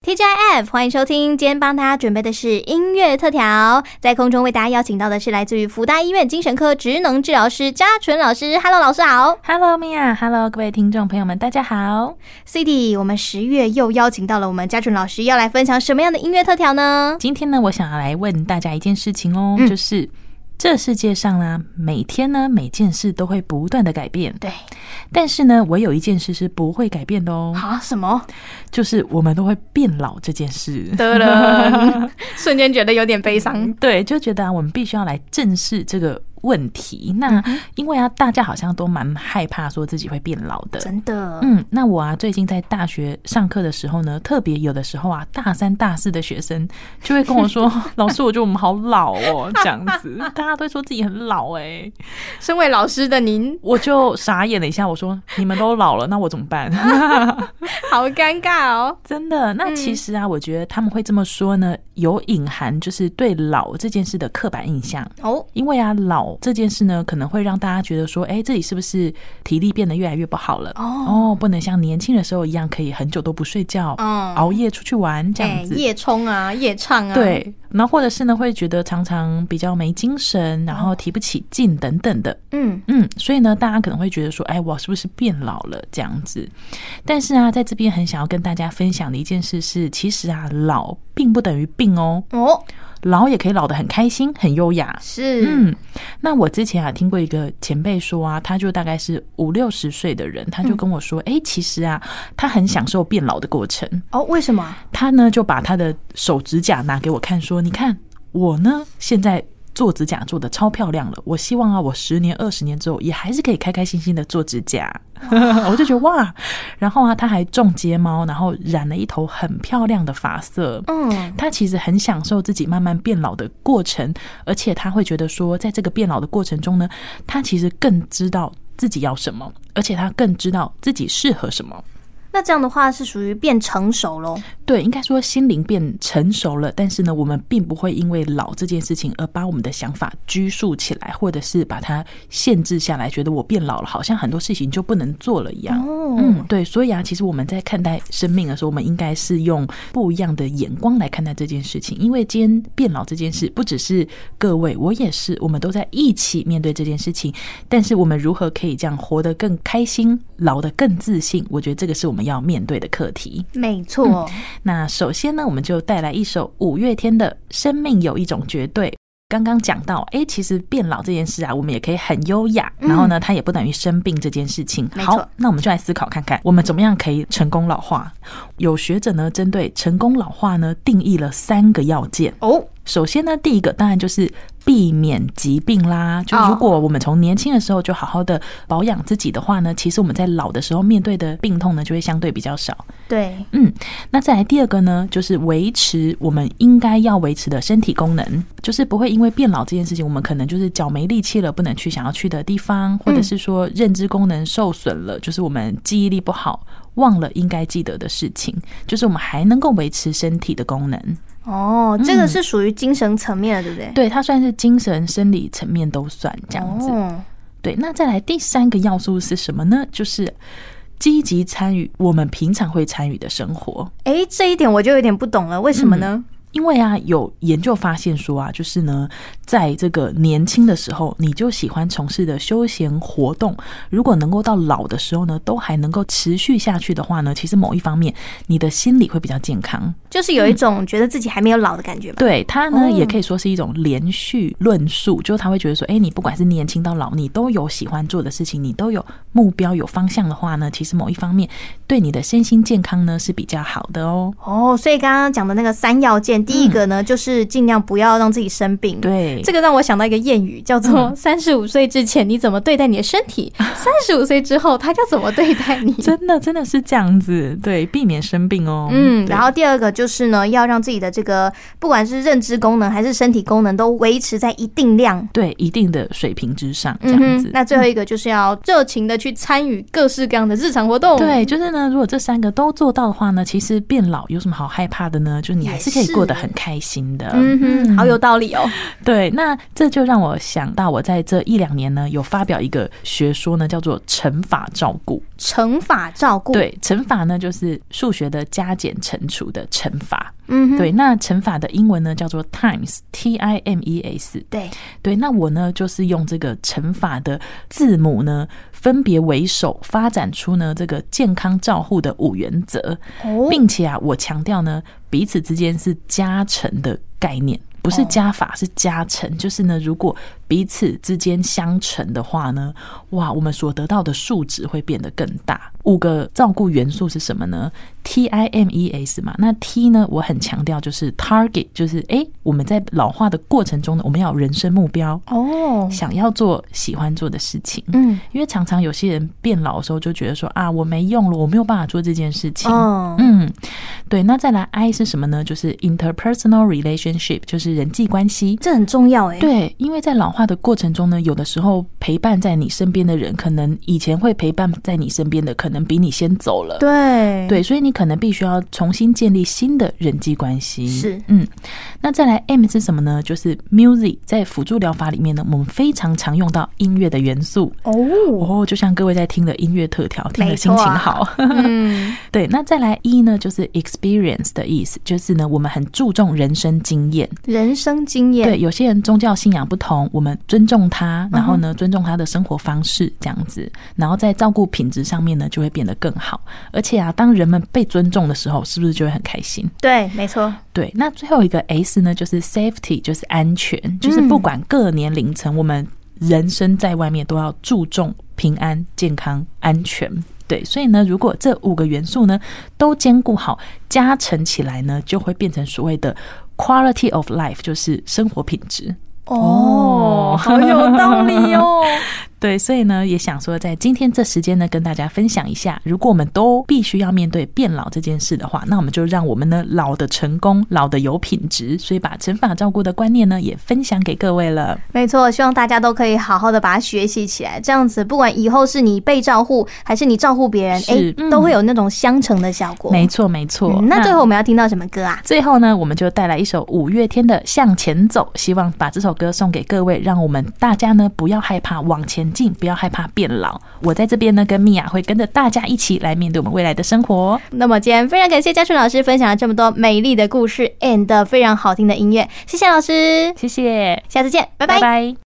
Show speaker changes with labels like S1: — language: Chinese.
S1: TGIF，欢迎收听。今天帮大家准备的是音乐特调，在空中为大家邀请到的是来自于福大医院精神科职能治疗师嘉纯老师。Hello，老师好。
S2: Hello Mia，Hello 各位听众朋友们，大家好。
S1: City，我们十月又邀请到了我们嘉纯老师，要来分享什么样的音乐特调呢？
S2: 今天呢，我想要来问大家一件事情哦，
S1: 嗯
S2: 就是这世界上呢，每天呢，每件事都会不断的改变，
S1: 对，
S2: 但是呢，唯有一件事是不会改变的哦，
S1: 啊，什么？
S2: 就是我们都会变老这件事。
S1: 得了， 瞬间觉得有点悲伤。
S2: 对，就觉得、啊、我们必须要来正视这个问题。
S1: 嗯
S2: 那因为啊，大家好像都蛮害怕说自己会变老的，
S1: 真的，
S2: 嗯，那我啊，最近在大学上课的时候呢，特别有的时候啊，大三、大四的学生就会跟我说：“老师，我觉得我们好老哦，这样子，大家都说自己很老哎、
S1: 身为老师的您，
S2: 我就傻眼了一下，我说：“你们都老了，那我怎么办？”
S1: 好尴尬哦。
S2: 真的，那其实啊，我觉得他们会这么说呢，有隐含就是对老这件事的刻板印象。
S1: 哦，
S2: 因为啊，老这件事呢，可能会让大家觉得说，哎、自己是不是体力变得越来越不好了？
S1: 哦
S2: 不能像年轻的时候一样，可以很久都不睡觉，
S1: 嗯
S2: 熬夜出去玩这
S1: 哎
S2: 样，子。
S1: 夜冲啊，夜唱啊，，
S2: 对，然后或者是呢，会觉得常常比较没精神，然后提不起劲等等的。
S1: 嗯，
S2: 嗯，所以呢，大家可能会觉得说，哎，我是不是变老了这样子？但是啊，在这边很想要跟大家分享的一件事是，其实啊，老并不等于病哦，
S1: 哦，
S2: 老也可以老得很开心、很优雅。
S1: 是，
S2: 嗯，那我之前啊听过一个前辈说啊，他就大概是五六十岁的人，
S1: 嗯
S2: 他就跟我说，哎、其实啊，他很享受变老的过程。
S1: 哦，为什么？
S2: 他呢就把他的手指甲拿给我看，说，你看我呢现在。做指甲做的超漂亮了，我希望啊，我十年、二十年之后也还是可以开开心心的做指甲， 我就觉得哇，然后啊，他还种睫毛，然后染了一头很漂亮的发色，
S1: 嗯，
S2: 他其实很享受自己慢慢变老的过程，而且他会觉得说，在这个变老的过程中呢，他其实更知道自己要什么，而且他更知道自己适合什么。
S1: 那这样的话是属于变成熟喽。
S2: 对，应该说心灵变成熟了，但是呢，我们并不会因为老这件事情而把我们的想法拘束起来，或者是把它限制下来，觉得我变老了，好像很多事情就不能做了一样。
S1: 哦，
S2: 嗯，对，所以啊，其实我们在看待生命的时候，我们应该是用不一样的眼光来看待这件事情，因为今天变老这件事，不只是各位，我也是，我们都在一起面对这件事情。但是我们如何可以这样活得更开心，老得更自信？我觉得这个是我们要面对的课题。
S1: 没错。
S2: 那首先呢，我们就带来一首五月天的《生命有一种绝对》。刚刚讲到，哎、其实变老这件事啊，我们也可以很优雅。
S1: 嗯
S2: 然后呢，它也不等于生病这件事情。
S1: 没错
S2: 好，那我们就来思考看看，我们怎么样可以成功老化？有学者呢，针对成功老化呢，定义了三个要件。
S1: 哦，
S2: 首先呢，第一个当然就是避免疾病啦。就
S1: 哦
S2: 如果我们从年轻的时候就好好的保养自己的话呢，其实我们在老的时候面对的病痛呢，就会相对比较少。
S1: 对，
S2: 嗯，那再来第二个呢，就是维持我们应该要维持的身体功能，就是不会因为变老这件事情，我们可能就是脚没力气了，不能去想要去的地方，或者是说认知功能受损了，就是我们记忆力不好，忘了应该记得的事情，就是我们还能够维持身体的功能。
S1: 哦，这个是属于精神层面的，对不对？
S2: 嗯对，它算是精神、生理层面都算这样子。
S1: 哦，
S2: 对，那再来第三个要素是什么呢？就是积极参与我们平常会参与的生活。
S1: 哎，这一点我就有点不懂了，为什么呢？
S2: 因为啊，有研究发现说啊，就是呢，在这个年轻的时候，你就喜欢从事的休闲活动，如果能够到老的时候呢，都还能够持续下去的话呢，其实某一方面，你的心理会比较健康。
S1: 就是有一种觉得自己还没有老的感觉嘛。
S2: 对它呢，
S1: 哦
S2: 也可以说是一种连续论述，就是他会觉得说，哎，你不管是年轻到老，你都有喜欢做的事情，你都有目标、有方向的话呢，其实某一方面对你的身心健康呢是比较好的哦。
S1: 哦，所以刚刚讲的那个三要件，第一个呢，就是尽量不要让自己生病。。
S2: 嗯对，嗯
S1: 这个让我想到一个谚语，叫做“三十五岁之前你怎么对待你的身 体，三十五岁之后他就怎么对待你”。
S2: 真的真的是这样子，对，避免生病哦。
S1: 嗯，
S2: 对
S1: 然后第二个就是呢，要让自己的这个不管是认知功能还是身体功能都维持在一定量。
S2: 对一定的水平之上这
S1: 嗯
S2: 样
S1: 哼
S2: 子，。
S1: 那最后一个就是要热情的去参与各式各样的日常活动。
S2: 对，就是呢，如果这三个都做到的话呢，其实变老有什么好害怕的呢？就是你还是可以过得很开心的。
S1: 嗯哼，好有道理哦。
S2: 对，那这就让我想到，我在这一两年呢，有发表一个学说呢，叫做乘法照顾。
S1: 乘法照顾，，
S2: 对，乘法呢就是数学的加减乘除的乘法。
S1: 嗯哼，
S2: 对，那乘法的英文呢叫做 times，t i m e s。
S1: 对，
S2: 对，那我呢就是用这个乘法的字母呢，分别为首，发展出呢这个健康照护的五原则，
S1: 哦，
S2: 并且啊，我强调呢，彼此之间是加成的概念。不
S1: 哦
S2: 是加法，是加成。就是呢，如果彼此之间相乘的话呢，哇，我们所得到的数值会变得更大。五个照顾元素是什么呢？T I M E S 嘛。那 T 呢，我很强调就是 target，就是诶，我们在老化的过程中呢，我们要有人生目标，
S1: 哦，
S2: 想要做喜欢做的事情。
S1: 嗯，
S2: 因为常常有些人变老的时候就觉得说啊，我没用了，我没有办法做这件事情。
S1: 哦，
S2: 嗯，对。那再来 I 是什么呢？就是 interpersonal relationship，就是人际关系。
S1: 这很重要哎。，
S2: 对，因为在老化的过程中呢，有的时候陪伴在你身边的人，可能以前会陪伴在你身边的，可能比你先走了。
S1: 对，，
S2: 对，所以你可能必须要重新建立新的人际关系。
S1: 是，
S2: 嗯，那再来 M 是什么呢？就是 music，在辅助疗法里面呢，我们非常常用到音乐的元素。
S1: 哦，
S2: 哦，就像各位在听的音乐特调，听
S1: 没
S2: 的心
S1: 错
S2: 情
S1: 啊
S2: 好。
S1: 嗯，
S2: 对，那再来一呢，就是 experience 的意思，就是呢，我们很注重人生经验。
S1: 人生经验，
S2: 对，有些人宗教信仰不同，我们尊重他，然后呢，尊重他的生活方式，这样子，然后在照顾品质上面呢，就会变得更好。而且啊，当人们被尊重的时候，是不是就会很开心？
S1: 对，没错，
S2: 对，那最后一个 S 呢，就是 safety，就是安全，就是不管各年龄层，我们人生在外面都要注重平安、健康、安全。对，所以呢，如果这五个元素呢都兼顾好，加成起来呢，就会变成所谓的 quality of life，就是生活品质。
S1: 哦，好有道理哦。
S2: 对，所以呢，也想说在今天这时间呢，跟大家分享一下，如果我们都必须要面对变老这件事的话，那我们就让我们呢老的成功，老的有品质，所以把乘法照顾的观念呢也分享给各位了。
S1: 没错，希望大家都可以好好的把它学习起来。这样子，不管以后是你被照顾，还是你照顾别人，
S2: 是
S1: 哎、
S2: 嗯
S1: 都会有那种相乘的效果。
S2: 没错，没错。
S1: 嗯那最后我们要听到什么歌啊？
S2: 最后呢，我们就带来一首五月天的《向前走》，希望把这首歌送给各位，让我们大家呢不要害怕往前进，不要害怕变老。我在这边呢跟米娅会跟着大家一起来面对我们未来的生活哦。
S1: 那么今天非常感谢嘉纯老师分享了这么多美丽的故事 and 非常好听的音乐，谢谢老师，
S2: 谢谢，
S1: 下次见，拜拜
S2: 拜拜